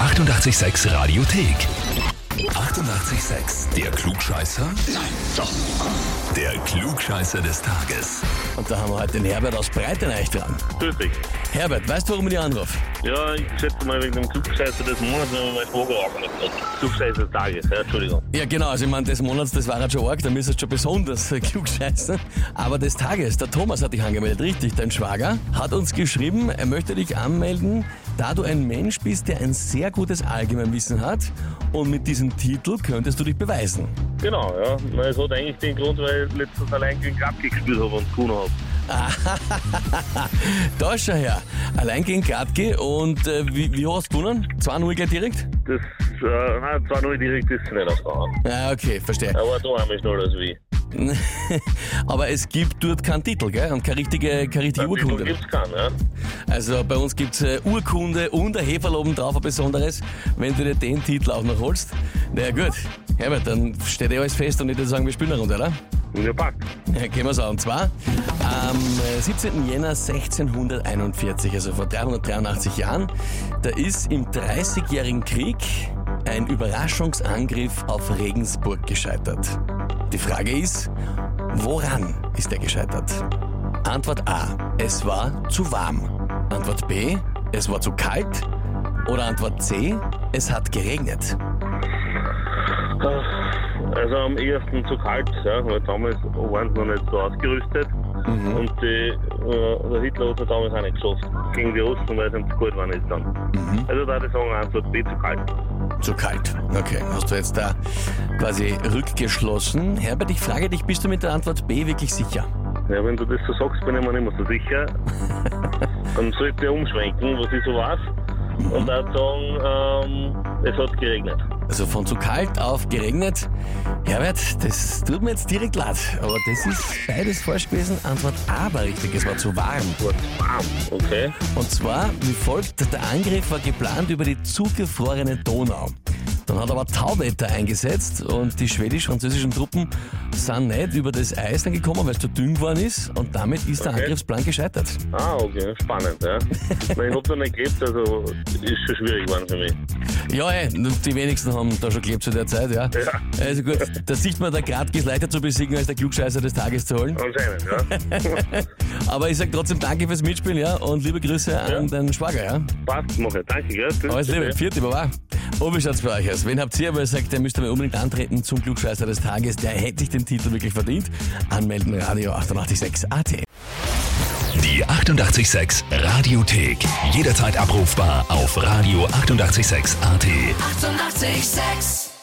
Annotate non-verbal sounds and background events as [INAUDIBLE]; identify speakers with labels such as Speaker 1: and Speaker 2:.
Speaker 1: 886 Radiothek. 88,6. Der Klugscheißer? Nein, doch. Der Klugscheißer des Tages.
Speaker 2: Und da haben wir heute den Herbert aus Breitenreich dran.
Speaker 3: Grüß dich.
Speaker 2: Herbert, weißt du, warum ich dich anrufe?
Speaker 3: Ja, ich schätze mal wegen dem Zugscheißer des Monats, wenn man meine Frage angenommen Zugscheißer des Tages, ja, Entschuldigung.
Speaker 2: Ja, genau, also ich meine, des Monats, das war halt schon arg, da müsstest du schon besonders [LAUGHS] äh, klug scheißen. Aber des Tages, der Thomas hat dich angemeldet, richtig, dein Schwager, hat uns geschrieben, er möchte dich anmelden, da du ein Mensch bist, der ein sehr gutes Allgemeinwissen hat und mit diesem Titel könntest du dich beweisen.
Speaker 3: Genau, ja. Na, es hat eigentlich den Grund, weil ich letztens allein gegen Krabke gespielt habe und gewonnen habe.
Speaker 2: Da ist er her, allein gegen Gladke und äh, wie, wie hast du gewonnen? 2-0 gleich direkt?
Speaker 3: Das, äh, nein, zwar nur direkt ist es nicht ausgegangen.
Speaker 2: Ja, Ah, okay, verstehe.
Speaker 3: Er war da einmal schneller als wie.
Speaker 2: [LAUGHS] Aber es gibt dort keinen Titel, gell? Und keine richtige, keine richtige Urkunde.
Speaker 3: gibt's keinen, ja.
Speaker 2: Also bei uns gibt's äh, Urkunde und ein Heferl oben drauf, ein besonderes, wenn du dir den Titel auch noch holst. Na ja, gut, Herbert, dann steht eh alles fest und ich würde sagen, wir spielen eine Runde, oder?
Speaker 3: Und ja, packt.
Speaker 2: Ja, gehen wir's an. Und zwar am äh, 17. Jänner 1641, also vor 383 Jahren, da ist im Dreißigjährigen Krieg ein Überraschungsangriff auf Regensburg gescheitert. Die Frage ist, woran ist er gescheitert? Antwort A, es war zu warm. Antwort B, es war zu kalt. Oder Antwort C, es hat geregnet.
Speaker 3: Also am ehesten zu kalt, ja, weil damals waren sie noch nicht so ausgerüstet. Und die, äh, der Hitler hat es damals auch nicht geschafft. Gegen die Russen, weil es ihm zu kalt war nicht dann. Also da würde ich sagen, Antwort B zu kalt.
Speaker 2: Zu kalt. Okay, hast du jetzt da quasi rückgeschlossen. Herbert, ich frage dich, bist du mit der Antwort B wirklich sicher?
Speaker 3: Ja, wenn du das so sagst, bin ich mir nicht mehr so sicher. Dann sollte ich umschwenken, was ich so weiß. Und dann sagen, ähm, es hat geregnet.
Speaker 2: Also von zu kalt auf geregnet. Herbert, das tut mir jetzt direkt leid, aber das ist beides falsch gewesen. Antwort A war richtig, es war zu warm.
Speaker 3: Gut, warm, okay.
Speaker 2: Und zwar wie folgt, der Angriff war geplant über die zugefrorene Donau. Dann hat aber Tauwetter eingesetzt und die schwedisch-französischen Truppen sind nicht über das Eis dann gekommen, weil es zu dünn geworden ist und damit ist der
Speaker 3: Okay.
Speaker 2: Angriffsplan gescheitert.
Speaker 3: Ah, okay, spannend, ja. Weil ich hab da nicht gelebt, also ist schon schwierig geworden für mich.
Speaker 2: Ja, ey, die wenigsten haben da schon gelebt zu der Zeit, ja.
Speaker 3: Ja.
Speaker 2: Also gut, da sieht man, der Gradke ist leichter zu besiegen, als der Klugscheißer des Tages zu holen.
Speaker 3: Anscheinend, ja.
Speaker 2: Aber ich sag trotzdem danke fürs Mitspielen, ja, und liebe Grüße an deinen Schwager, ja.
Speaker 3: Passt, mache ich. Danke, gell? Tschüss.
Speaker 2: Alles Liebe, vierte Baba. Und wie schaut's bei euch aus? Wen habt ihr, wo ihr sagt, der müsste mir unbedingt antreten zum Klugscheißer des Tages, der hätte sich den Titel wirklich verdient? Anmelden, Radio 886 AT.
Speaker 1: Die 88,6 Radiothek. Jederzeit abrufbar auf radio886.at. 88,6.
Speaker 4: Eighty-eight, sex.